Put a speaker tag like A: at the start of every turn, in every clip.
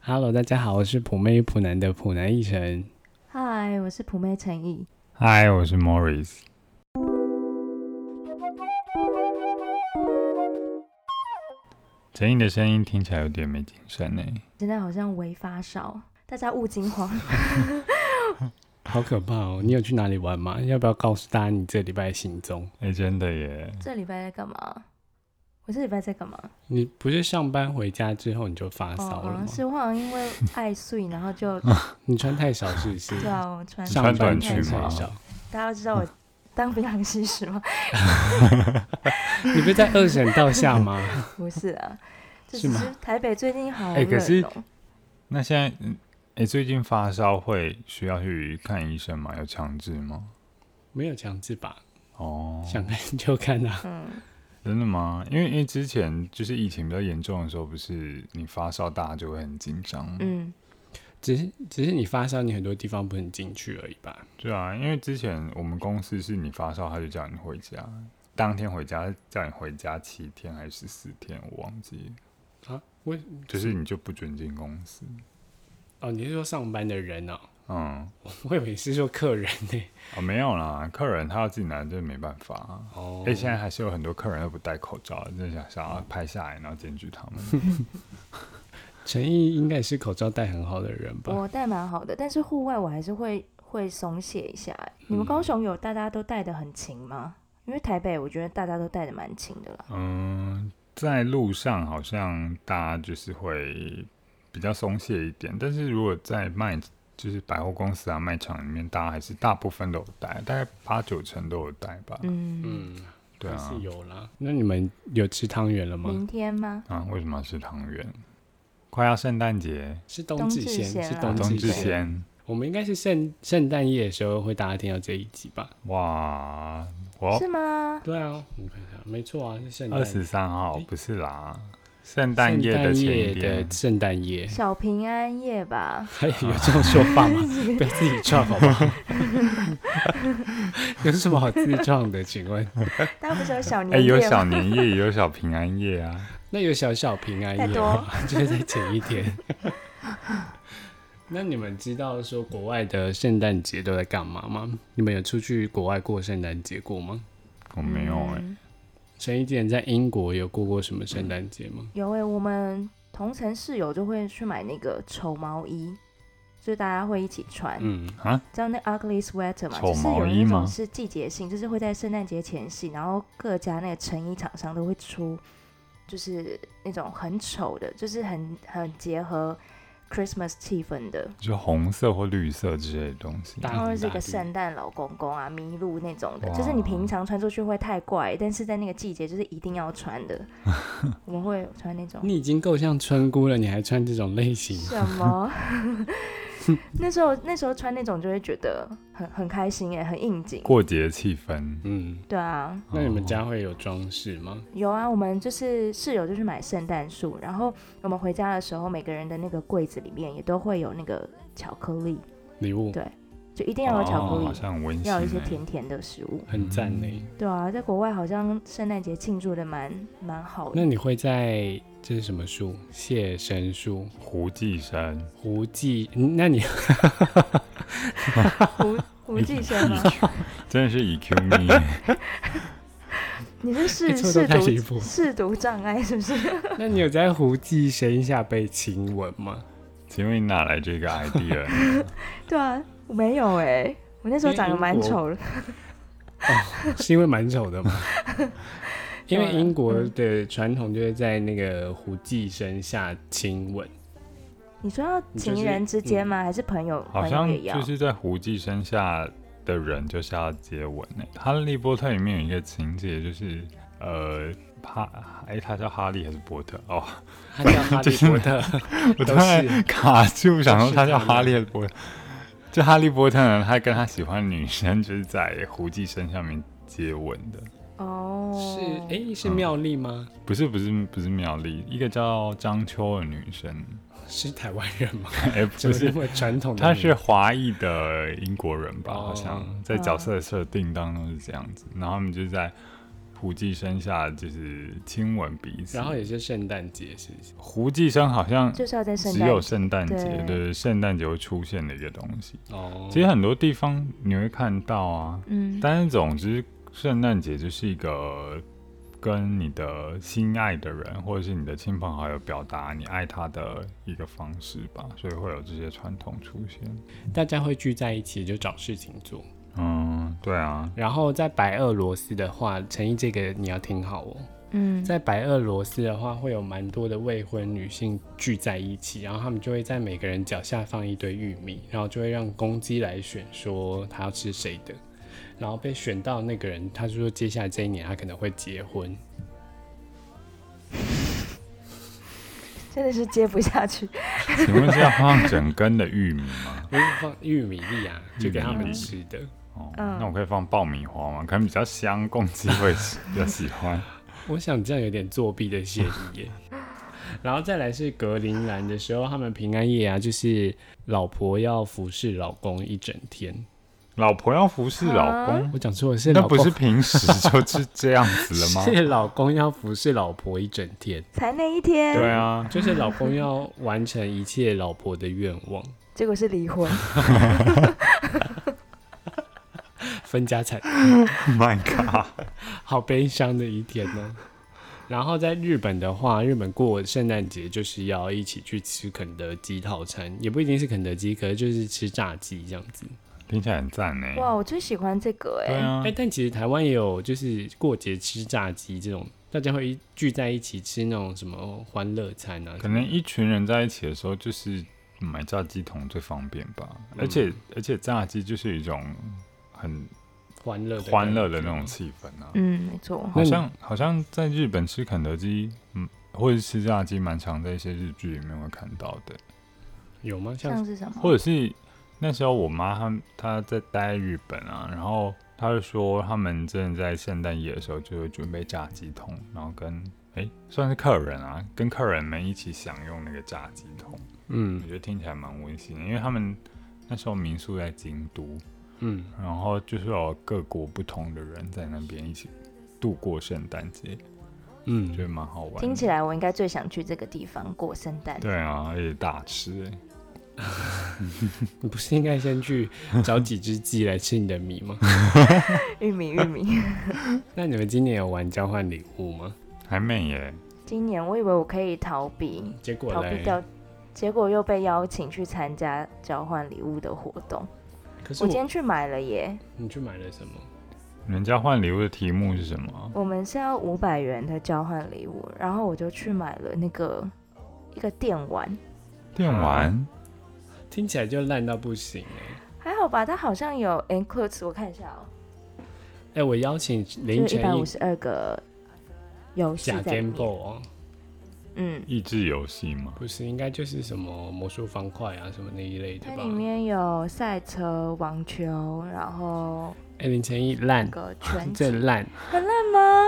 A: Hello，大家好，我是普妹与普男的普男一晨。
B: 嗨，我是普妹陈毅。
C: 嗨，我是 Morris。陈颖的声音听起来有点没精神呢。
B: 现在好像微发烧，大家勿惊慌。
A: 好可怕哦！你有去哪里玩吗？要不要告诉大家你这礼拜的行踪？
C: 哎、真的耶，
B: 这礼拜在干嘛？我这礼拜在干嘛？哦
A: 你不是上班回家之后你就发烧了吗？
B: 是我好像因为爱睡，然后就
A: 你穿太少是不是？
B: 对啊，我穿
C: 上
A: 班
C: 短
A: 穿
C: 裙
A: 太
C: 吗
A: 少，
B: 大家都知道我当槟榔西施吗？
A: 你不是在二审道下吗？
B: 不是啊，就是只
A: 吗
B: 是台北最近好
A: 哎可是
B: 冷哦。
C: 那现在，嗯哎、最近发烧会需要去看医生吗？有强制吗？
A: 没有强制吧？
C: 哦，
A: 想看就看啊。
B: 嗯，
C: 真的吗？因为因为之前就是疫情比较严重的时候，不是你发烧大家就会很紧张吗？
B: 嗯，
A: 只是只是你发烧，你很多地方不能进去而已吧？
C: 对啊，因为之前我们公司是你发烧，他就叫你回家，当天回家叫你回家七天还是四天，我忘记了，
A: 啊，我
C: 就是你就不准进公司。
A: 哦，你是说上班的人哦？
C: 嗯，
A: 我以为是说客人呢、
C: 哦没有啦，客人他要进来就没办法啊。
A: 哦
C: 哎、现在还是有很多客人都不戴口罩，真的想想要拍下来，然后检举他们。
A: 陈毅应该也是口罩戴很好的人吧？
B: 我戴蛮好的，但是户外我还是会会松懈一下。欸你们高雄有大家都戴的很勤吗？因为台北我觉得大家都戴的蛮勤的啦。
C: 嗯，在路上好像大家就是会比较松懈一点，但是如果在卖就是百货公司啊、卖场里面，大家还是大部分都有戴，大概八九成都有戴吧。
B: 嗯，
A: 嗯，
C: 对
A: 还
C: 啊
A: 是，有啦。嗯那你们有吃汤圆了吗？
B: 明天吗？
C: 啊，为什么要吃汤圆？快要圣诞节，
A: 是冬至啊
B: 冬至
A: 先，
B: 先
A: 是
B: 啦
A: 冬
C: 啊冬
A: 至
C: 至
A: 先。
C: 前，
A: 我们应该是圣圣诞夜的时候会大家听到这一集吧？
C: 哇，我
B: 是吗？
A: 对啊，我看一下，没错啊，是圣诞
C: 二十三号
A: 诶
C: 不是啦，圣诞夜的
A: 圣诞
C: 前
A: 夜
C: 一天啊
A: 的。圣诞 夜，
B: 小平安夜吧。
A: 还有这种说法 吗？不要自己创好不好？ 有什么好自创的？请问，
B: 大家不是有小
C: 哎、
B: 年
C: 有
B: 夜吗？
C: 小年夜，也有小平安夜啊。
A: 那有小小平安夜
B: 太多
A: 吗？ 就是在前一天。 那你们知道说国外的圣诞节都在干嘛吗？你们有出去国外过圣诞节过吗？
C: 我没有哎、
B: 嗯
A: 陈一之前在英国有过过什么圣诞节吗？
B: 有哎、我们同城室友就会去买那个丑毛衣，就是大家会一起穿，
A: 嗯，
B: 知道那 ugly sweater 吗？
C: 丑
B: 就是
C: 毛
B: 有
C: 衣
B: 一
C: 吗
B: 种是季节性，就是会在圣诞节前夕，然后各家那个成衣厂商都会出，就是那种很丑的，就是很很结合 Christmas 气氛的，
C: 就红色或绿色之类的东西。
A: 大
B: 然后是一
A: 红
B: 个
A: 绿
B: 圣诞老公公啊、麋鹿那种的，就是
C: 哇哦
B: 你平常穿出去会太怪，但是在那个季节就是一定要穿 的。我们会穿那种
A: 你已经够像村姑了，你还穿这种类型？
B: 什么？ 那时候那时候穿那种就会觉得很很开心哎，很应景。
C: 过节气氛，
A: 嗯，
B: 对啊，
C: 哦
A: 那你们家会有装饰吗？
B: 有啊，我们就是室友就去买圣诞树，然后我们回家的时候，每个人的那个柜子里面也都会有那个巧克力，
A: 礼物
B: 对就一定要有巧克
C: 哦
B: 力，
C: 好像很温馨、
B: 要
C: 欸。
B: 有一些甜甜的食物。
A: 很赞呢、
B: 对啊，在国外好像圣诞节庆祝的蛮蛮好
A: 那
B: 的。
A: 你会在这是什么树？蟹神树、
C: 胡寄生，
A: 胡记？嗯那你
B: 胡胡继生 吗？
C: 真的是 EQ me。
B: 你是
A: 哎
B: 试
A: 这都太离
B: 试
A: 谱
B: 读试读障碍是不是？
A: 那你有在胡记身下被亲吻 吗？
C: 请问你哪来这 个 idea？呢
B: 对啊，我没有哎、我那时候长得蛮丑的。
A: 是因为蛮丑 的吗？因为
B: 对
A: 英国的传统就是在那个胡记身下亲吻，
B: 你说要情人之间吗？还是朋友？
C: 嗯好
B: 朋友
C: 像
B: 也要？
C: 就是在胡寄生下的人就是要接吻呢、哈利波特》里面有一个情节，就是呃，哈，哎、他叫哈利还是波特？哦，
A: 他叫哈利波特，
C: 我突
A: 都是
C: 然卡住，想说他
A: 都是他
C: 叫
A: 们
C: 哈利波特。就哈利波特呢，他跟他喜欢的女生就是在胡寄生上面接吻的，
B: 哦，
A: 是哎、是妙丽吗？
C: 不是不是不是妙丽，一个叫张秋的女生，
A: 是台湾人 吗？
C: 哎、
A: 怎
C: 不
A: 么那
C: 是，
A: 么传统的
C: 她
A: 名字？
C: 是华裔的英国人吧？
A: 嗯哦嗯
C: 好像在角色的设定当中是这样子，然后他们就在胡继生下就是亲吻彼此。
A: 然后也是圣诞节，是不是？
C: 胡继生好像
B: 就是要在圣
C: 只
B: 诞
C: 有
B: 节
C: 圣诞节
B: 对
C: 对，圣诞节会出现的一个东西。
A: 哦，
C: 其实很多地方你会看到啊，
B: 嗯，
C: 但是总之，圣诞节就是一个跟你的心爱的人或者是你的亲朋好友表达你爱他的一个方式吧，所以会有这些传统出现。
A: 大家会聚在一起就找事情做。
C: 嗯，对啊，
A: 然后在白俄罗斯的话，陈毅这个你要听好哦。
B: 嗯，
A: 在白俄罗斯的话，会有蛮多的未婚女性聚在一起，然后她们就会在每个人脚下放一堆玉米，然后就会让公鸡来选，说她要吃谁的。然后被选到那个人，他就说接下来这一年他可能会结婚。
B: 真的是接不下去。
C: 请问是要放整根的玉米吗？
A: 我就放玉米粒啊，就给他们吃的。
C: 哦，
B: 嗯
C: 那我可以放爆米花吗？可能比较香，公鸡会喜比较喜欢。
A: 我想这样有点作弊的嫌疑耶。然后再来是格陵兰的时候，他们平安夜啊，就是老婆要服侍老公一整天。
C: 老婆要服
B: 啊
C: 侍老公，
A: 我讲错了，是
C: 那
A: 老
C: 不
A: 公
C: 是平时就是这样子 了吗？
A: 是老公要服侍老婆一整 天，
B: 才那一天，
C: 对 啊，
A: 就是老公要完成一切老婆的愿望，
B: 结果是离婚。
A: 分家产，
C: Oh ，My God，
A: 好悲伤的一天呢、然后在日本的话，日本过圣诞节就是要一起去吃肯德基套餐，也不一定是肯德基，可是就是吃炸鸡这样子。
C: 听起来很赞呢。
B: 哇，我最喜欢这个哎、
C: 对啊
A: 哎、，但其实台湾也有就是过节吃炸鸡这种，大家会聚在一起吃那种什么欢乐餐啊，
C: 可能一群人在一起的时候，就是买炸鸡桶最方便吧。而且而且炸鸡就是一种很
A: 欢乐的感觉
C: 欢乐的那种。气氛啊。
B: 嗯，没错，
A: 那
C: 好
A: 你
C: 像好像在日本吃肯德基，嗯，或者吃炸鸡，蛮常在一些日剧里面会看到的。
A: 有吗？像
B: 像是什么？
C: 或者是那时候我妈她她在待日本啊，然后她就说他们真的在圣诞夜的时候就会准备炸鸡桶，然后跟哎、算是客人啊，跟客人们一起享用那个炸鸡桶，我
A: 嗯
C: 觉得听起来蛮温馨的，因为他们那时候民宿在京都，
A: 嗯，
C: 然后就是有各国不同的人在那边一起度过圣诞节，
A: 嗯，
C: 觉得蛮好玩的。
B: 听起来我应该最想去这个地方过圣诞。
C: 对啊，而且大吃、欸，
A: 你不是应该先去找几只鸡来吃你的米吗？
B: 玉米，玉 米。
A: 那你们今年有玩交换礼物吗？
C: 还美耶、
B: 今年我以为我可以逃避，
A: 结果
B: 逃避
A: 嘞，
B: 掉，结果又被邀请去参加交换礼物的活动。
A: 可是
B: 我
A: 我
B: 今天去买了耶，
A: 你去买了什么？
C: 人家换礼物的题目是什么啊？
B: 我们是要五百元的交换礼物，然后我就去买了那个一个电玩，
C: 电玩。
A: 听起来就烂到不行哎、
B: 还好吧？它好像有 includes，我看一下哦、
A: 哎、我邀请
B: 就
A: 凌
B: 是一
A: 晨
B: 百五
A: 一
B: 十二个游戏
A: 假
B: 在里
A: Game Boy
B: 面。
A: 哦，
B: 嗯，
C: 益智游戏吗？
A: 不是应该就是什么魔术方块啊什么那一类的
B: 它
A: 吧
B: 里？面有赛车、网球，然后
A: 哎、凌晨一烂
B: 那， 个拳
A: 最，
B: 击
A: 烂，
B: 很烂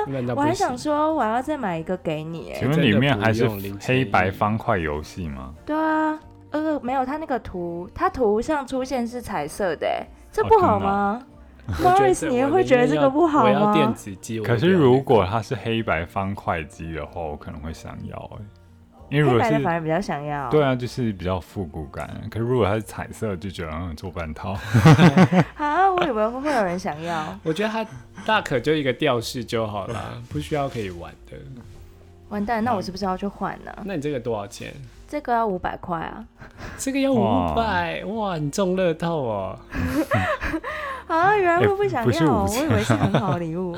B: 吗？
A: 烂到不
B: 我还想
A: 行。
B: 说我要再买一个给你、哎
C: 请问里面还是
A: 真的不用零钱
C: 黑白方块游戏吗？
B: 对啊，呃，没有，它那个图，它图上出现是彩色的、哎，
C: 哦
B: 这不好
C: 啊
B: 吗、
A: 我
B: m o
A: 觉
B: r
A: 得
B: r i s 你也
A: 我
B: 会
A: 宁
B: 觉得
A: 愿
B: 这
A: 要
B: 个不好
A: 我要电
B: 吗？
A: 子机，我
C: 可
A: 不
C: 是
A: 要那
C: 如
A: 个
C: 果它是黑白方块机的话，我可能会想要哎、因为如
B: 黑
C: 果
B: 白的反
C: 是
B: 而比较想要。
C: 对啊，就是比较复古感。可是如果它是彩色，就觉得嗯做半套。
B: 啊，我以为会有人想要。
A: 我觉得它大可就一个吊饰就好啦，不需要可以玩的。
B: 完蛋，
C: 嗯
B: 那我是不是要去换呢、
A: 那你这个多少钱？
B: 这个要五百块啊！
A: 这个要五百哇！你中乐透哦，
B: 啊，原来
C: 哎
B: 会不想
C: 不是
B: 要哦，
C: 5000
B: 我以为是很好的礼 物。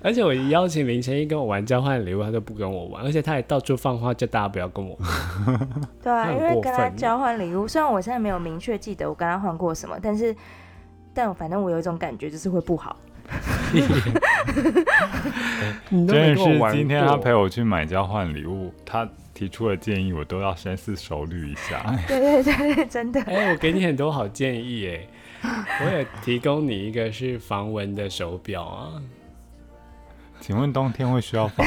A: 而且我邀请林晨一跟我玩交换礼物，他都不跟我玩，而且他还到处放话叫大家不要跟我玩。
B: 对啊，
A: 那很
B: 因为
A: 过
B: 跟他
A: 分
B: 交换礼物，虽然我现在没有明确记得我跟他换过什么，但是，但反正我有一种感觉就是会不好。
A: 你都没
C: 真的
A: 跟我
C: 是
A: 玩
C: 今天他陪
A: 我，
C: 我去买交换礼物，他提出的建议我都要深思熟虑一下。
B: 对对对对，真的。
A: 哎、我给你很多好建议哎， 我也提供你一个是防蚊的手表啊，
C: 请问冬天会需要放？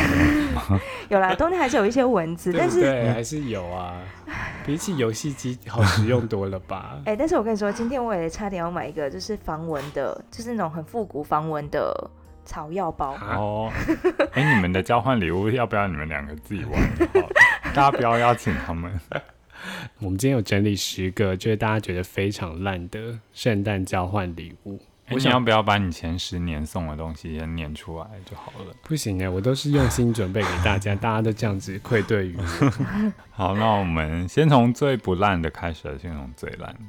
B: 有啦，冬天还是有一些蚊子，
A: 对
B: 但
A: 不
B: 是
A: 对？还是有啊，比起游戏机好实用多了吧？
B: 哎、但是我跟你说，今天我也差点要买一个，就是防蚊的，就是那种很复古防蚊的草药包。
A: 啊
C: 哦，哎、你们的交换礼物要不要你们两个自己玩就好了？大家不要邀请他们。
A: 我们今天有整理十个，就是大家觉得非常烂的圣诞交换礼物。
C: 我想要不要把哎你前十年送的东西先念出来就好了？
A: 不行哎、我都是用心准备给大家，大家都这样子愧对于我。
C: 好，那我们先从最不烂的开始，先从最烂的。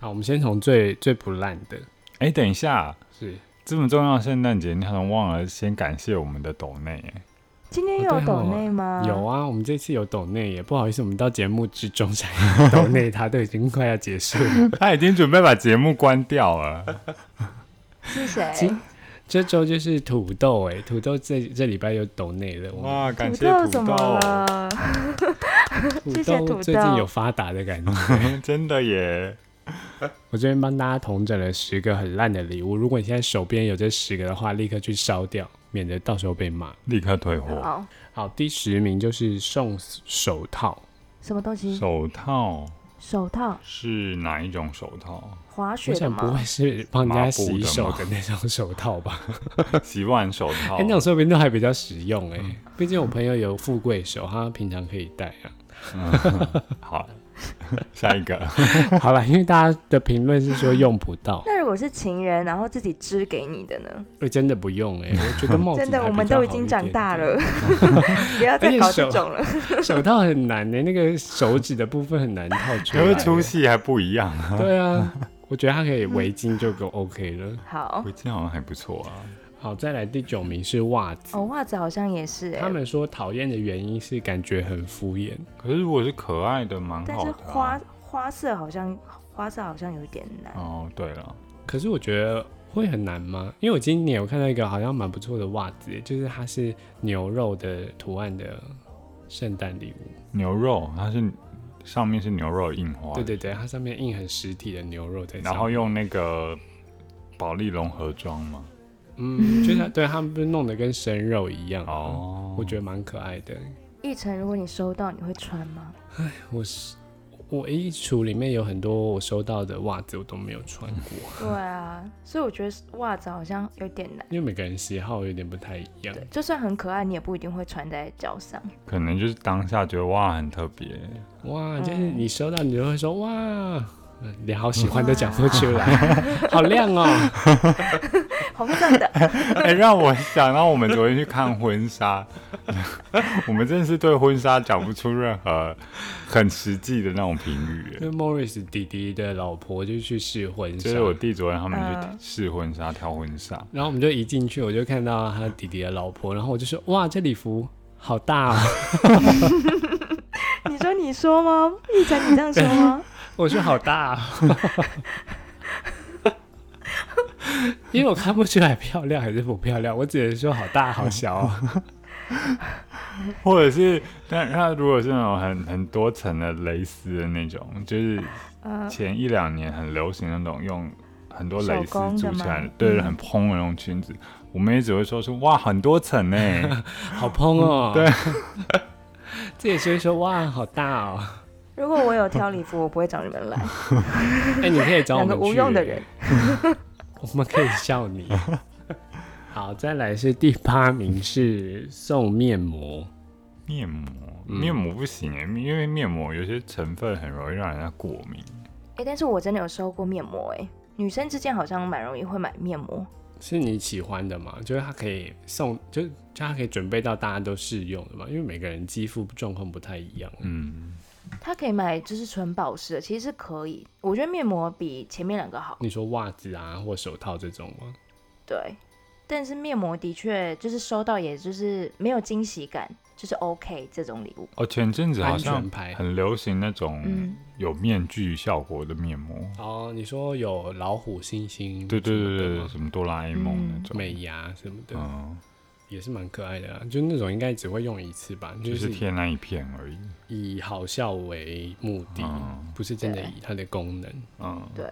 A: 好，我们先从最最不烂的，
C: 哎、等一下，
A: 是
C: 这么重要的圣诞节，你好像忘了先感谢我们的斗内耶。
B: 今天
A: 哦
B: 有
A: 对
B: 抖
A: 哦
B: 内吗？
A: 有啊，我们这次有抖内耶，不好意思，我们到节目之中才有抖内，它都已经快要结束 了。
C: 他已经准备把节目关掉了。
B: 是谁？
A: 其这周就是土豆哎，土豆这这礼拜有抖内了，我们
C: 哇，感谢
B: 豆
C: 土
B: 怎么
C: 豆，
B: 了？谢谢
A: 土
B: 土
A: 豆最近
B: 豆
A: 有发达的感觉。
C: 真的耶！
A: 我这边帮大家统整了十个很烂的礼物，如果你现在手边有这十个的话，立刻去烧掉，免得到时候被骂。
C: 立刻退 货。
B: 哦，
A: 好，第十名就是送手套，
B: 什么东西？
C: 手套
B: 手套，
C: 是哪一种手套？
B: 滑雪
A: 我
B: 的
A: 想不
B: 吗
A: 会？是帮人家洗手
C: 麻布
A: 的那种手套吧？
C: 洗碗手套。
A: 哎、那种说不定都还比较实用哎、毕竟我朋友有富贵手，他平常可以戴啊。
C: 好， 下一 个。
A: 好了，因为大家的评论是说用不 到，
B: 那如果是情人，然后自己织给你的呢？
A: 哎，真的不用哎、我觉得帽子
B: 真的，
A: 还
B: 我
A: 比
B: 们
A: 较
B: 都已
A: 好
B: 经
A: 一
B: 长
A: 点
B: 大
A: 点
B: 了，不要再
A: 而且
B: 搞这
A: 手
B: 种了。
A: 手套很难欸的、那个手指的部分很难套出
C: 可
A: 来、欸
C: 是出戏还不一样，
A: 对 啊，我觉得它可以围巾就够 OK 了。
B: 好，
C: 我记得好像还不错啊。
A: 好，再来第九名是袜子。
B: 哦，袜子好像也是哎、
A: 他们说讨厌的原因是感觉很敷衍，
C: 可是如果是可爱的，蛮
B: 欸但
C: 好
B: 是
C: 的、
A: 啊
C: 啊
B: 花。花色好像花色好像有一点难。
C: 哦，对了，
A: 可是我觉得会很难吗？因为我今年有看到一个好像蛮不错的袜子耶，就是它是牛肉的图案的圣诞礼物。
C: 牛肉它是上面是牛肉印花，
A: 对对对，它上面印很实体的牛肉在上面。
C: 然后用那个保利龙盒装嘛。
A: 嗯，就是它对他们不是弄得跟生肉一样哦，
C: 哦，
A: 我觉得蛮可爱的。
B: 一晨，如果你收到，你会穿吗？
A: 我是我衣橱里面有很多我收到的袜子，我都没有穿过。
B: 对 啊，所以我觉得袜子好像有点难。
A: 因为每个人喜好有点不太一样
B: 对。，就算很可爱，你也不一定会穿在脚上。
C: 可能就是当下觉得哇很特 别，嗯
A: 哇，就是你收到，你就会说哇，呃你好喜欢都讲不出 来，好亮哦。
B: 红色的，
C: 哎、让我想到我们昨天去看婚纱， 我们真的是对婚纱讲不出任何很实际的那种评语
A: 因。为 Morris 弟弟的老婆就去试婚纱
C: 就是，我弟昨天他们
B: 嗯
C: 去试婚纱、挑婚纱，
A: 然后我们就一进去，我就看到他弟弟的老婆，然后我就说哇，这礼服好大哦，
B: 你说你说吗？一晨，你这样说吗？
A: 我说好大、哦。因为我看不出来漂亮还是不漂亮，我只能说好大好小、 哦。
C: 或者是那那如果是那种很很多层的蕾丝的那种，就是
B: 嗯，
C: 前一两年很流行那种用很多蕾丝
B: 手工的
C: 组起来
B: 吗，
C: 对，
B: 嗯
C: 很蓬的那种裙子，我们也只会说出哇很多层呢、
A: 好蓬哦。 对，这也是会说哇好大哦。
B: 如果我有挑礼服，我不会找你们来，
A: 哎、你可以找我
B: 两
A: 们
B: 个无
A: 去
B: 用的人。
A: 我们可以笑你。 好，再来是第八名是送面膜，
C: 面膜，面膜不行耶，因为面膜有些成分很容易让人家过敏。
B: 哎、但是我真的有收过面膜、哎，女生之间好像蛮容易会买面膜。
A: 是你喜欢的嘛？就是它可以送，就就它可以准备到大家都适用的嘛，因为每个人肌肤状况不太一样。
C: 嗯，
B: 它可以买就是纯保湿的，其实是可以。我觉得面膜比前面两个好，
A: 你说袜子啊或手套这种吗？
B: 对。但是面膜的确就是收到，也就是没有惊喜感，就是 OK 这种礼物。
C: 哦，前阵子好
A: 安
C: 像
A: 全牌
C: 很流行那种
B: 嗯
C: 有面具效果的面膜，
A: 哦，你说有老虎、猩猩，
C: 对对对对对，，什么哆啦 A 梦那
B: 嗯
C: 种，
A: 美牙什么的，
C: 嗯，
A: 也是蛮可爱的啊。就那种应该只会用一次吧，就
C: 就是
A: 是
C: 贴那一片而已。
A: 以好笑为目的，
C: 嗯
A: 不是真的
B: 对
A: 以它的功能。
C: 嗯，
B: 对，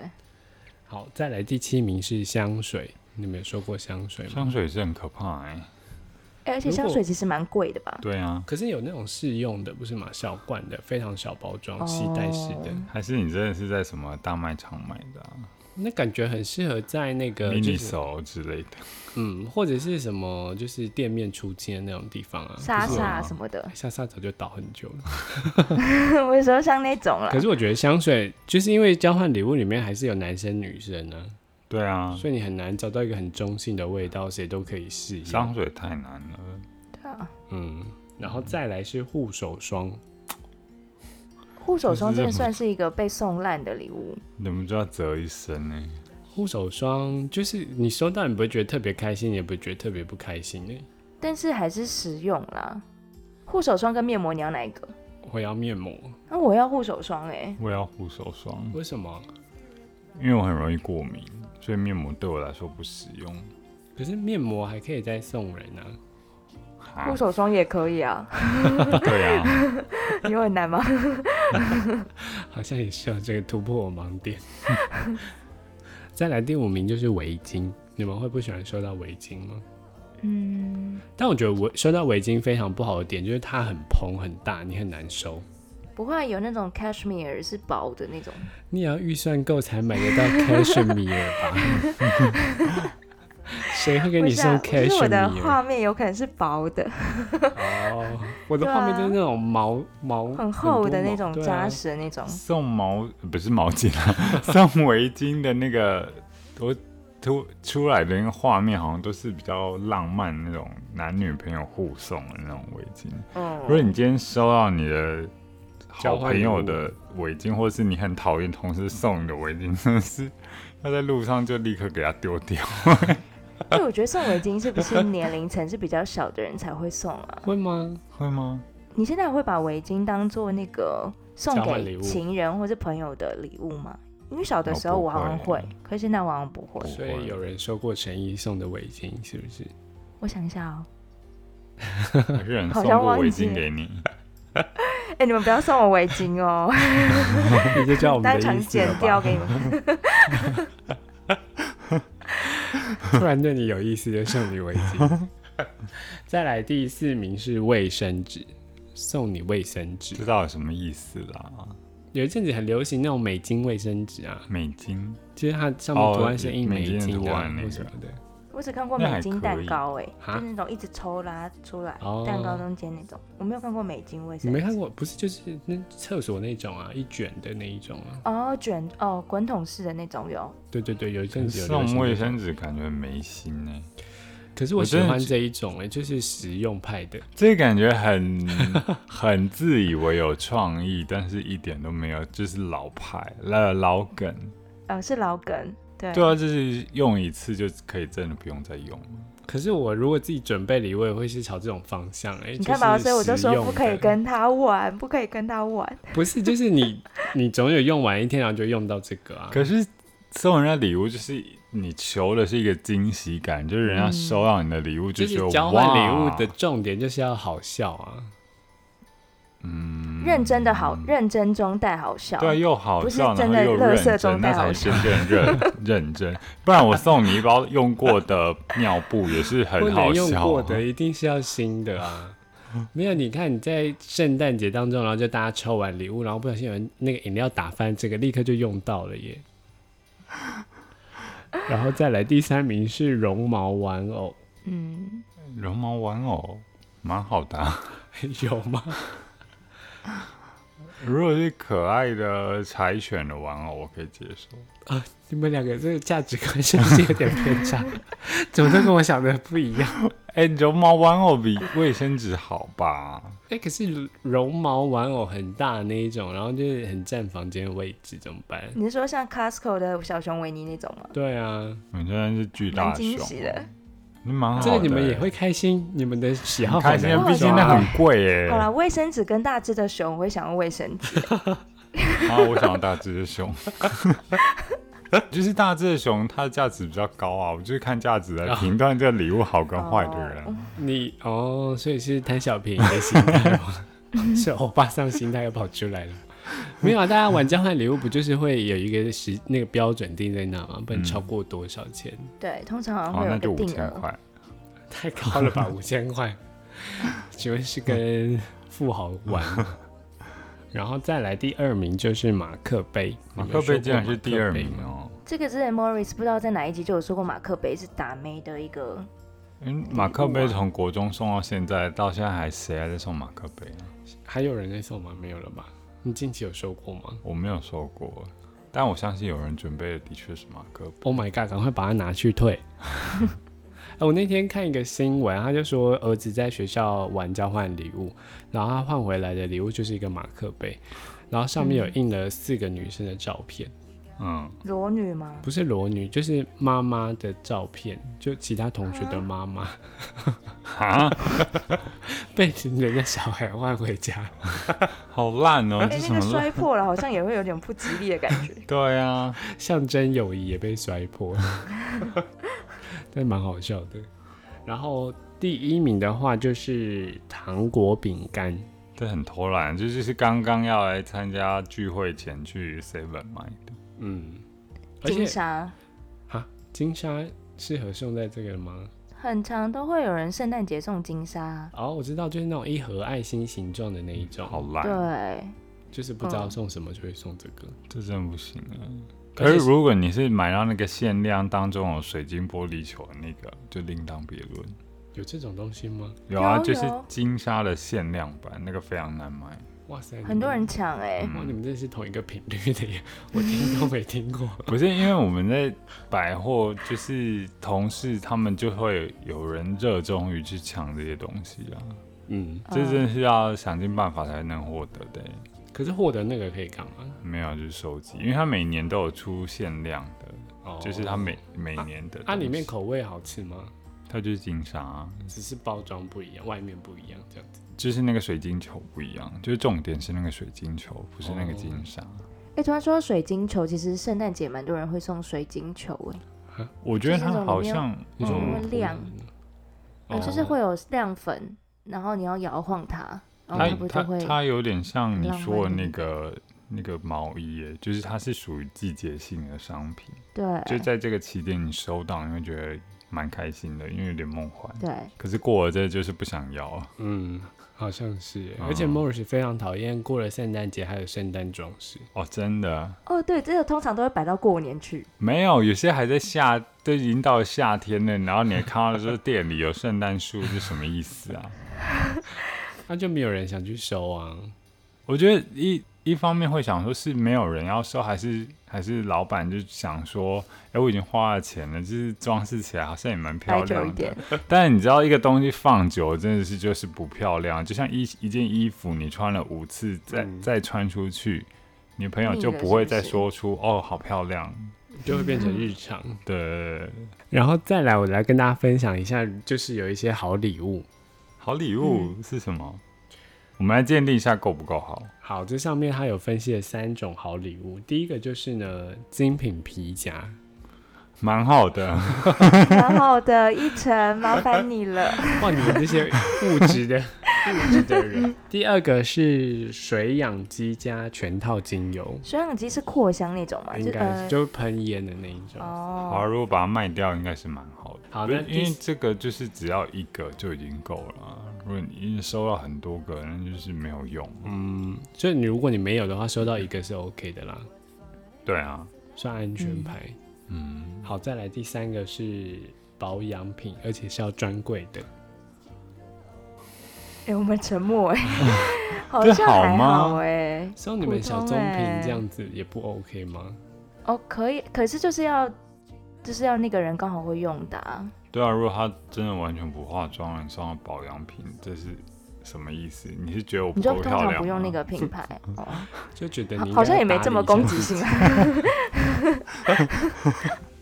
A: 好，再来第七名是香水，你们有收过香水吗？
C: 香水是很可怕哎、
B: 哎而且
A: 如
B: 香
A: 果
B: 水其实蛮贵的吧？
C: 对啊，
A: 可是有那种试用的，不是嘛？小罐的，非常小包装，
B: 哦
A: 吸带式的。
C: 还是你真的是在什么大卖场买的、啊？
A: 那感觉很适合在那个
C: 迷
A: 啊就
C: 你
A: 是
C: 手之类的，
A: 嗯，或者是什么就是店面出街那种地方啊，
B: 莎
A: 就是，
B: 莎
C: 吗
B: 什么的
A: 莎莎早就倒很久了。
B: 我说像那种啦
A: 可，是我觉得香水就是因为交换礼物里面还是有男生女生呢、
C: 对啊，
A: 所以你很难找到一个很中性的味道，谁都可以试一
C: 香水太难了，
B: 对啊，
A: 嗯，然后再来是护手霜，
B: 护手霜
C: 这是
B: 真的
C: 什么
B: 算是一个被送烂的礼物，
C: 你们就要折一身欸呢、
A: 护手霜就是你收到你不会觉得特别开心，也不会觉得特别不开心呢。
B: 但是还是实用啦。护手霜跟面膜你要哪一个？
A: 我要面膜，
C: 嗯
B: 那、我要护手霜哎、
C: 我也要护手霜，
A: 为什么？啊
C: 因为我很容易过敏，所以面膜对我来说不实用。
A: 可是面膜还可以再送人啊。
C: 哈
B: 护手霜也可以啊，
C: 啊 对啊，
B: 有很难吗？
A: 好像也是有这个突破我盲点。 再来第五名就是围巾，你们会不喜欢收到围巾吗？
B: 嗯，
A: 但我觉得围收到围巾非常不好的点就是它很蓬很大，你很难收。
B: 不会啊有那种 cashmere 是薄的那种，
A: 你也要预算够才买得到 cashmere 吧？ 谁会给
B: 不
A: 你
B: 是
A: 送
B: 啊就是我的
A: cashmere？
B: 画面有可能是薄的，
A: 哦，我的
B: 对啊
A: 画面就是那种毛毛
B: 很厚的那种
A: 很多毛对啊
B: 扎实的那种。
C: 送毛不是毛巾啊， 送围巾的那个，我突出来的那个画面好像都是比较浪漫那种男女朋友互送的那种围巾。如果
B: 嗯，
C: 你今天收到你的好
A: 交换
C: 朋
A: 礼物
C: 友的围巾，或是你很讨厌同事送你的围巾，真的 是要在路上就立刻给它丢掉。
B: 对，我觉得送围巾是不是年龄层是比较小的人才会送啊？
A: 会吗？
C: 会吗？
B: 你现在会把围巾当做那个送
A: 交换礼
B: 给
A: 物
B: 情人或是朋友的礼物吗？因为小的时候
C: 哦不
B: 我好像
C: 会
B: 会，
A: 嗯
B: 可是现在我好像不会。
A: 所以有人收过陈毅送的围巾，是不是？
B: 我想一下哦，
C: 有些人
B: 好
C: 送
B: 像
C: 过围
B: 忘记
C: 巾给你，
B: 哎、你们不要送我围巾哦，
A: 你就知道 我
B: 当
A: 们的
B: 场
A: 意思
B: 剪
A: 了
B: 掉
A: 吧？
B: 给你们。
A: 突然对你有意思就送你围 巾。再来第四名是卫生纸，送你卫生纸
C: 知。道有什么意思啦？
A: 有一阵子很流行那种美金卫生纸啊，
C: 美金
A: 就是它上面图案是印
C: 哦美金的
A: 金
C: 图
A: 啊
C: 案那个
A: 或什么的。
B: 我只看过美
C: 那还
B: 金
C: 可
B: 蛋
C: 以
B: 糕、哎，
A: 哈
B: 就是那种一直抽拉出来、
A: 哦
B: 蛋糕中间那种，我没有看过美金卫
A: 你
B: 生纸。
A: 没看过？不是，就是那厕所那种啊，一卷的那一种啊。
B: 哦，卷哦，滚筒式的那种有，
A: 对对对，有一阵子有流行
C: 送卫
A: 这种
C: 生纸感觉很没心呢、
A: 可是我
C: 我
A: 喜
C: 真的
A: 欢
C: 觉
A: 这一种哎、就是实用派的。
C: 这感觉很 很自以为有创意，但是一点都没有，就是老派老老梗。
B: 呃，是老梗，对，
C: 对啊，就是用一次就可以，真的不用再用了。
A: 可是我如果自己准备礼物，也会是朝这种方向哎、
B: 你看吧，
A: 就是
B: 所以我就
A: 实
B: 说
A: 用
B: 不可以
A: 的
B: 跟他玩，不可以跟他玩。
A: 不是，就是你你总有用完一天，然后就用到这个啊。
C: 可是送人家礼物，就是你求的是一个惊喜感，就是人家收到你的礼物
A: 就
C: 觉
A: 是
C: 得
A: 交换礼物
C: 哇
A: 的重点就是要好笑啊。
C: 嗯
B: 认真的好，认真中带好笑。
C: 对啊，又好
B: 不是
C: 笑，然
B: 真
C: 后
B: 的
C: 又
B: 垃圾
C: 认
B: 中
C: 真，那
B: 带好
C: 才
B: 笑
C: 真正认认真。不然我送你一包用过的尿布也是
A: 不
C: 很好
A: 能用
C: 笑
A: 过
C: 啊。
A: 的一定是要新的 啊。没有，你看你在圣诞节当中，然后就大家抽完礼物，然后不小心有人那个饮料打翻，这个立刻就用到了 耶。然后再来第三名是绒毛玩偶，
B: 嗯，
C: 绒毛玩偶蛮好的啊、
A: 有吗？
C: 如果是可爱的柴犬的玩偶，我可以接受。
A: 你们两个这个价值观是不是有点偏 差？怎么都跟我想的不一样？
C: 哎、绒毛玩偶比卫生纸好吧？
A: 哎、可是绒毛玩偶很大的那一种，然后就是很占房间的位置，怎么办？
B: 你是说像 Costco 的小熊维尼那种吗？
A: 对啊，
C: 你真的是巨
B: 蛮
C: 大
B: 惊
C: 熊，
B: 喜的。
C: 你蛮好的、
A: 这个你们也
C: 哎
A: 会开心，你们的喜好好
C: 很开心啊，
A: 难
C: 毕竟
A: 抓
C: 那很贵哎、
B: 好啦，卫生纸跟大只的熊，我会想要卫生纸。
C: 啊，我想要大只的熊， 就是大只的熊，它的价值比较高啊。我就是看价值来评断这个礼物好跟坏的人。
B: 哦
A: 你哦，所以是贪小便宜的心态吗？是欧巴桑心态又跑出 来了。没有啊，大家玩交换礼物不就是会有一个时那个标准定在那吗？不
C: 嗯
A: 能超过多少钱？
B: 对，通常好像
C: 好，
B: 会有
C: 哦那
B: 一
C: 就
B: 个
C: 五
B: 定
C: 千
B: 额。
C: 块。
A: 太高了吧，五千块？请问是跟富豪玩吗？
C: 嗯
A: 然后再来第二名就是马克杯，
C: 马克杯
A: 你
C: 竟
A: 们有
C: 然
A: 收过
C: 是第二名
A: 马克杯吗
C: 哦，
B: 这个之前 Morris 不知道在哪一集就有说过，马克杯是打妹的一个，
C: 因为嗯马克杯从国中送到现在，到现在还谁还在送马克杯啊？
A: 还有人在送吗？没有了吧？你近期有收过吗
C: 我没有收过，但我相信有人准备的的确是马克杯。
A: ？Oh my god！赶快把它拿去退。 哎我那天看一个新闻，他就说儿子在学校玩交换礼物，然后他换回来的礼物就是一个马克杯，然后上面有印了四个女生的照片，
C: 嗯，
B: 裸女吗？
A: 不是裸女，就是妈妈的照片，就其他同学的妈妈
C: 哈，
A: 被人家小孩换回家。
C: 好烂哦、
B: 哎、
C: 这什
B: 那
C: 么
B: 个
C: 烂？
B: 摔破了，好像也会有点不吉利的感 觉。
C: 对啊，
A: 象征友谊也被摔破， 但蛮好笑的。然后第一名的话就是糖果饼干，
C: 这很偷懒，这就是刚刚要来参加聚会前去 Seven 买的。
A: 嗯，而
B: 金
A: 且
B: 莎
A: 啊，金沙适合送在这个吗？
B: 很常都会有人圣诞节送金莎，
A: 哦，我知道，就是那种一盒爱心形状的那一种，
C: 好烂，
B: 对，
A: 就是不知道送什么就会送这个。
C: 这真不行啊！可
A: 而且
C: 是如果你是买到那个限量当中有水晶玻璃球的那个，就另当别论。
A: 有这种东西吗？
C: 有啊，
B: 有
C: 就是
B: 有
C: 金沙的限量版，那个非常难买。
A: 哇塞，
B: 很多人抢哎、
A: 哦你
C: 嗯
A: 们。哇，你们真的是同一个频率的耶！ 我听都没听过。
C: 不是因为我们在百货，就是同事他们就会有人热衷于去抢这些东西啊，
A: 嗯，
C: 这真的是要想尽办法才能获得的、
A: 可是获得那个可以干嘛？
C: 没有，就是收集，因为它每年都有出限量的，
A: 哦
C: 就是它每每年的东西。
A: 它、里面口味好吃吗？
C: 它就是金沙啊，
A: 只是包装不一样，外面不一样这样子。
C: 就是那个水晶球不一样，就是重点是那个水晶球，不是那个
A: 哦
C: 金沙。
B: 哎、突然说到水晶球，其实圣诞节蛮多人会送水晶球
C: 哦
B: 哎、
C: 我觉得它好像，
A: 你说
B: 嗯
A: 我
B: 会
A: 们
B: 亮
A: 哦
B: 呃就是会有亮粉，然后你要摇晃它，然后它
C: 它
B: 不就
C: 它
B: 会
C: 它有点像你
B: 浪漫
C: 说的
B: 一
C: 那
B: 点
C: 个那个毛衣耶，就是它是属于季节性的商品，
B: 对
C: 就在这个期间你收到，你会觉得蛮开心的，因为有点梦幻。
B: 对，
C: 可是过了这就是不想要，
A: 嗯，好像是耶。
C: 嗯
A: 而且 Morris 非常讨厌过了圣诞节还有圣诞装饰，
C: 哦，真的。
B: 哦对，这个通常都会摆到过年去，
C: 没有，有些还在夏，都已经到了夏天了，然后你还看到说店里有圣诞树，是什么意思啊？
A: 那就没有人想去收啊。
C: 我觉得一一方面会想说是没有人要收，还是还是老板就想说，哎、我已经花了钱了，就是装饰起来好像也蛮漂
B: 摆久一
C: 亮
B: 点
C: 的。，但你知道一个东西放久了真的是就是不漂亮，就像一一件衣服你穿了五次再、
A: 嗯
C: 再穿出去，你朋友
B: 腻
C: 就
B: 了
C: 不
B: 是
C: 会
B: 不
C: 再
B: 是
C: 说出哦好漂亮
A: 就会变成日常，
C: 的
A: 然后再来，我来跟大家分享一下，就是有一些好礼物。
C: 好礼
A: 嗯
C: 物是什么？我们来鉴定一下够不够好。
A: 好，这上面它有分析了三种好礼物。第一个就是呢，精品皮夹，
C: 蛮好的，
B: 然后的一层麻烦你了，
A: 哇，你们这些物质的 物质的人。第二个是水养鸡加全套精油，
B: 水养机是扩香那种嘛，
A: 应该
B: 呃
A: 是就喷烟的那一种。
C: 好，
B: 哦，
C: 如果把它卖掉，应该是蛮好的。
A: 好
C: 不是
A: 那第
C: 因为这个就是只要一个就已经够了啊。如果你收到很多个，那就是没有用。
A: 嗯，所以你如果你没有的话，收到一个是 OK 的啦，
C: 对啊，
A: 算安全牌。
C: 嗯，
A: 好，再来第三个是保养品，而且是要专柜的。
B: 哎、我们沉默 哎、好
C: 这
B: 像
C: 好
B: 还
C: 吗
B: 好哎、
A: 像你们小
B: 普
A: 棕
B: 通
A: 瓶
B: 欸
A: 这样子也不 OK 吗？
B: 哦可以，可是就是要就是要那个人刚好会用的、啊，
C: 对啊，如果他真的完全不化妆，你送他保养品，这是什么意思？你是觉得我不
B: 你就
C: 够
B: 通
C: 漂亮啊
B: 常
C: 吗？
B: 不用 那个品牌哦。
A: 就觉得
B: 好
A: 你应
B: 好像
A: 该
B: 也没
A: 打
B: 这么
A: 理一下
B: 攻击
A: 自己
B: 性啊，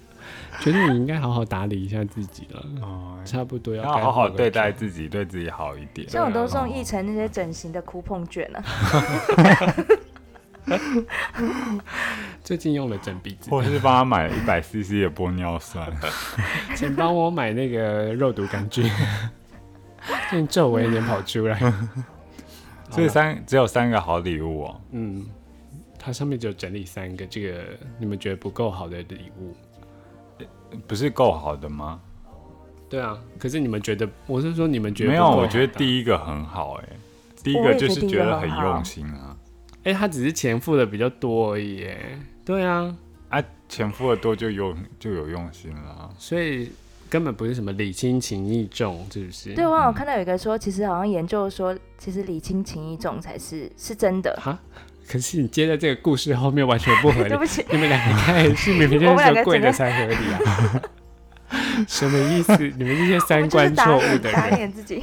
A: 觉得你应该好好打理一下自己了，
C: 哦，
A: 差不多要
C: 要
A: 该
C: 好好
A: 回个
C: 对待
A: 家。
C: 自己，对自己好一点。
B: 像我都送
C: 哦嗯
B: 一层那些整形的酷碰卷啊，
A: 最近用了整鼻子，
C: 或者是帮他买一百 CC 的玻 尿酸。
A: 请帮我买那个肉毒杆菌， 最近皱纹有点跑出来。
C: 所以三只有三个好礼物哦。
A: 嗯，它上面只有整理三个这个你们觉得不够好的礼物。
C: 不是够好的吗？
A: 对啊，可是你们觉得，我是说你们觉得
C: 没有，我觉得
A: 一，
C: 第一个很好哎、第一
B: 我
C: 个
B: 也
C: 就
B: 觉得
C: 是
B: 第一
C: 觉
B: 个
C: 得
B: 很
C: 很
B: 好
C: 用心啊。
A: 哎、他只是钱付的比较多而已耶。对啊，
C: 啊，钱付的多就有就有用心了。啊
A: 所以根本不是什么礼轻情意重，是不是？
B: 对，我
C: 嗯
B: 有看到有一个说，其实好像研究说，其实礼轻情意重才是是真的。
A: 哈，可是你接在这个故事后面完全不合理
B: 对，不起，
A: 你们两个开是明明就
B: 我们
A: 是说
B: 两个
A: 贵的
B: 整个
A: 才合理啊，什么意思？你们这些
B: 我
A: 三
B: 就是
A: 观
B: 打
A: 错误
B: 脸
A: 的
B: 打
A: 人，
B: 脸 自己。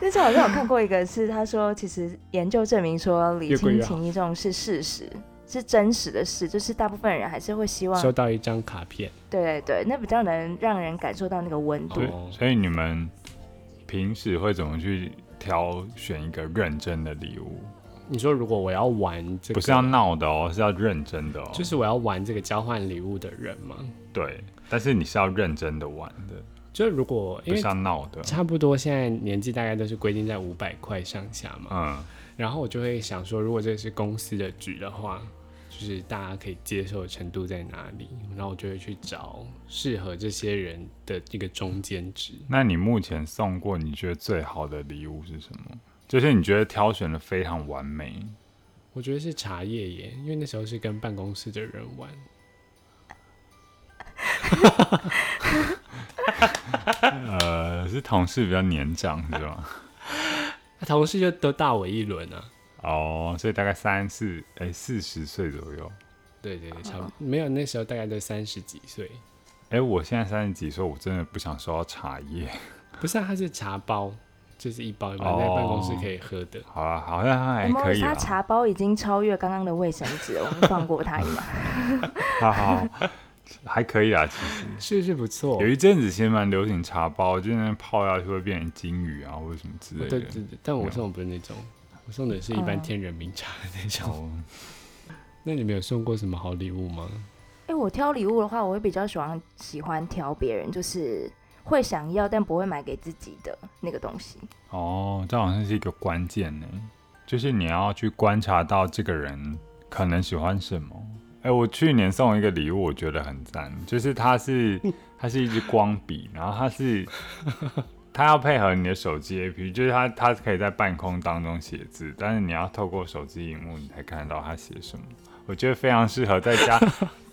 B: 但是好像有看过一个是，他说其实研究证明说礼
A: 越贵
B: 轻
A: 越好
B: 情意重是事实，是真实的事，就是大部分人还是会希望
A: 收到一张卡片，
B: 对对对，那比较能让人感受到那个温度
C: 所。以
A: 哦
C: 所以你们平时会怎么去挑选一个认真的礼物？
A: 你说如果我要玩这个，
C: 不是要闹的哦，是要认真的哦。
A: 就是我要玩这个交换礼物的人嘛，
C: 对，但是你是要认真的玩的，
A: 就如果因
C: 不
A: 为
C: 是要闹的。
A: 差不多现在年纪大概都是规定在五百块上下嘛，
C: 嗯，
A: 然后我就会想说，如果这是公司的局的话，就是大家可以接受的程度在哪里，然后我就会去找适合这些人的一个中间值。
C: 那你目前送过你觉得最好的礼物是什么？就是你觉得挑选的非常完美，
A: 我觉得是茶叶耶，因为那时候是跟办公室的人玩，啊
C: 呃，是同事比较年长是吗？
A: 啊同事就都大我一轮啊。
C: 哦，所以大概三四哎四十岁左右。
A: 对对对，差不多没有那时候大概都三十几岁，
C: 哎，我现在三十几岁，我真的不想收到茶叶。
A: 不是啊，它是茶包，就是一包一包
C: 哦
A: 在办公室可以喝的。
C: 好啊，好像还
B: 我们
C: 可以
B: 哎他
A: 啊
C: 啦。
B: 茶包已经超越刚刚的卫生纸了，我们放过他一 马。
C: 好好，好还可以啦。 其实
A: 是不是不错
C: 有？一阵子其实蛮流行茶包，就在那边泡下去会变成金鱼啊，或者什么之类
A: 对
C: 的
A: 对。对，但我送的不是那种，我送的是一般天人名茶的那种。
C: 哦，
A: 那你们有送过什么好礼物吗？
B: 哎、我挑礼物的话，我会比较喜欢喜欢挑别人，就是会想要但不会买给自己的那个东西。
C: 哦，这好像是一个关键呢，就是你要去观察到这个人可能喜欢什么。哎、我去年送一个礼物，我觉得很赞，就是它是它是一支光笔，然后它是 它要配合你的手机 APP，就是它它可以在半空当中写字，但是你要透过手机荧幕你才看得到它写什么。我觉得非常适合在家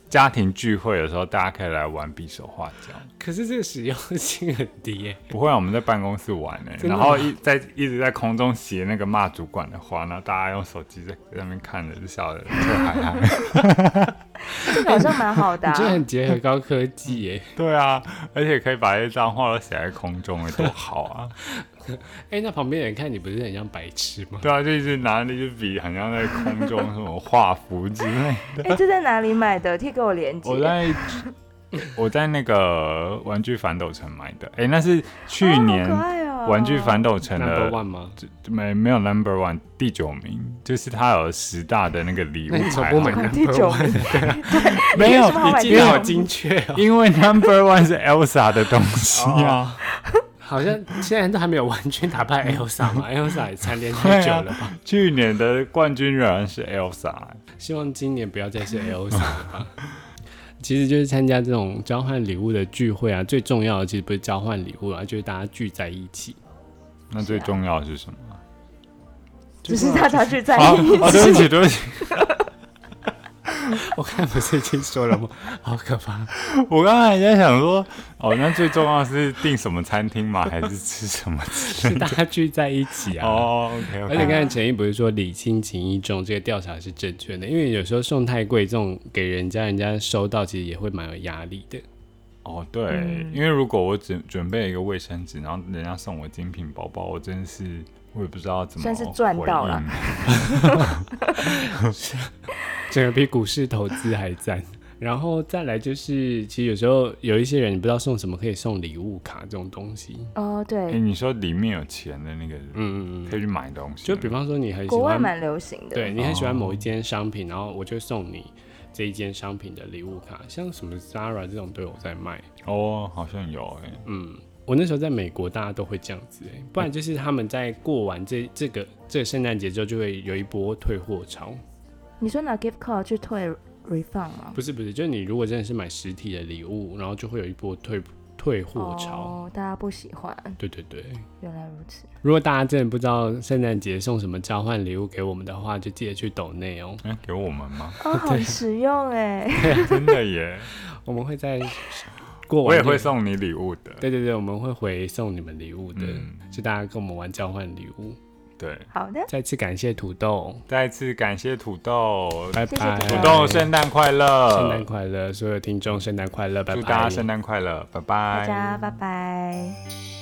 C: 家庭聚会的时候，大家可以来玩匕首画脚。
A: 可是这个实用性很低耶、
C: 不会啊，我们在办公室玩呢、
A: 真的
C: 然
A: 吗
C: 后一在一直在空中写那个骂主管的话，然后大家用手机在在那边看着，就笑得特嗨 嗨。
B: 这个好像蛮好的、
A: 你
B: 啊，
A: 这很结合高科技耶、
C: 对啊，而且可以把一张画都写在空中、欸，多好 啊！
A: 哎、那旁边人看你不是很像白痴吗？
C: 对啊，就一直拿那支笔，好像在空中什么画符 之类的。
B: 哎、这在哪里买的？贴给我链接。
C: 我在我在那个玩具反斗城买的，哎、那是去年
B: 哦好可爱哦
C: 玩具反斗城
A: Number
C: 的
A: one 吗？
C: 没没有 number one 第九名，就是它有十大的那个礼物
A: 那你怎么
C: 排
A: 不
C: 行
A: 买
B: 快
A: number
B: 第九
A: one？
B: 名，
C: 没有
B: 你为什么，
A: 你
B: 买
A: 记
B: 第
A: 得
B: 九
A: 好
B: 名
A: 精确哦、
C: 因为 number one 是 Elsa 的东西啊，
A: 好像现在都还没有完全打败 Elsa 嘛，Elsa 也蝉联哦太久了吧？
C: 啊去年的冠军仍然是 Elsa 欸。
A: 希望今年不要再是 Elsa 了吧。其实就是参加这种交换礼物的聚会啊，最重要的其实不是交换礼物啊，就是大家聚在一起。
C: 那最重要的是什么？
B: 只是大家聚在
C: 啊，
B: 一
C: 哦，
B: 起。
C: 对不起，对不起，
A: 我看不是已经说了吗？好可怕！
C: 我刚才还在想说，哦，那最重要是订什么餐厅吗？还是吃什么之
A: 是
C: 类的？
A: 大家聚在一起啊。
C: 哦，OK
A: 而且刚
C: OK，
A: 才陈毅不是说礼轻情意重，这个调查是正确的，因为有时候送太贵，这种给人家，人家收到其实也会蛮有压力的。
C: 哦对，
B: 嗯
C: 因为如果我准准备一个卫生纸，然后人家送我精品包包，我真是我也不知道怎么
B: 算是赚到了
C: 回应
A: 整个比股市投资还赞。 然后再来就是，其实有时候有一些人你不知道送什么，可以送礼物卡这种东西。
B: 哦，
C: 哎、
B: 对，
C: 你说里面有钱的那个，
A: 嗯嗯嗯，
C: 可以去买东西，
A: 就比方说你很喜
B: 国外
A: 欢，
B: 蛮流行的。
A: 对你很喜欢某一件商品，然后我就送你这一件商品的礼物卡，像什么 Zara 这种都有在卖。
C: 哦，好像有哎、
A: 嗯，我那时候在美国，大家都会这样子、欸，不然就是他们在过完这这个这个圣诞节之后，就会有一波退货潮。
B: 你说拿 gift card 去退 refund 吗？
A: 不是不是，就是你如果真的是买实体的礼物，然后就会有一波退退货潮。
B: 哦，大家不喜欢，
A: 对对对，
B: 原来如此。
A: 如果大家真的不知道圣诞节送什么交换礼物给我们的话，就记得去抖内哦。
C: 哎、给我们吗？
B: 哦，好实用哎，
C: 真的耶，
A: 我们会在过
C: 我
A: 完
C: 也
A: 这个
C: 会送你礼物的。
A: 对对对，我们会回送你们礼物的，
C: 嗯
A: 就大家跟我们玩交换礼物。
C: 对，
B: 好的，
A: 再次感谢土豆，
C: 再次感谢土豆，
A: 拜
B: 谢
A: 拜，
B: 土
C: 土豆圣诞快
A: 圣诞
C: 乐，
A: 快乐，所有听众圣诞快乐，拜拜，
C: 祝大家圣诞快乐，拜
B: 大
C: 拜，
B: 家拜拜。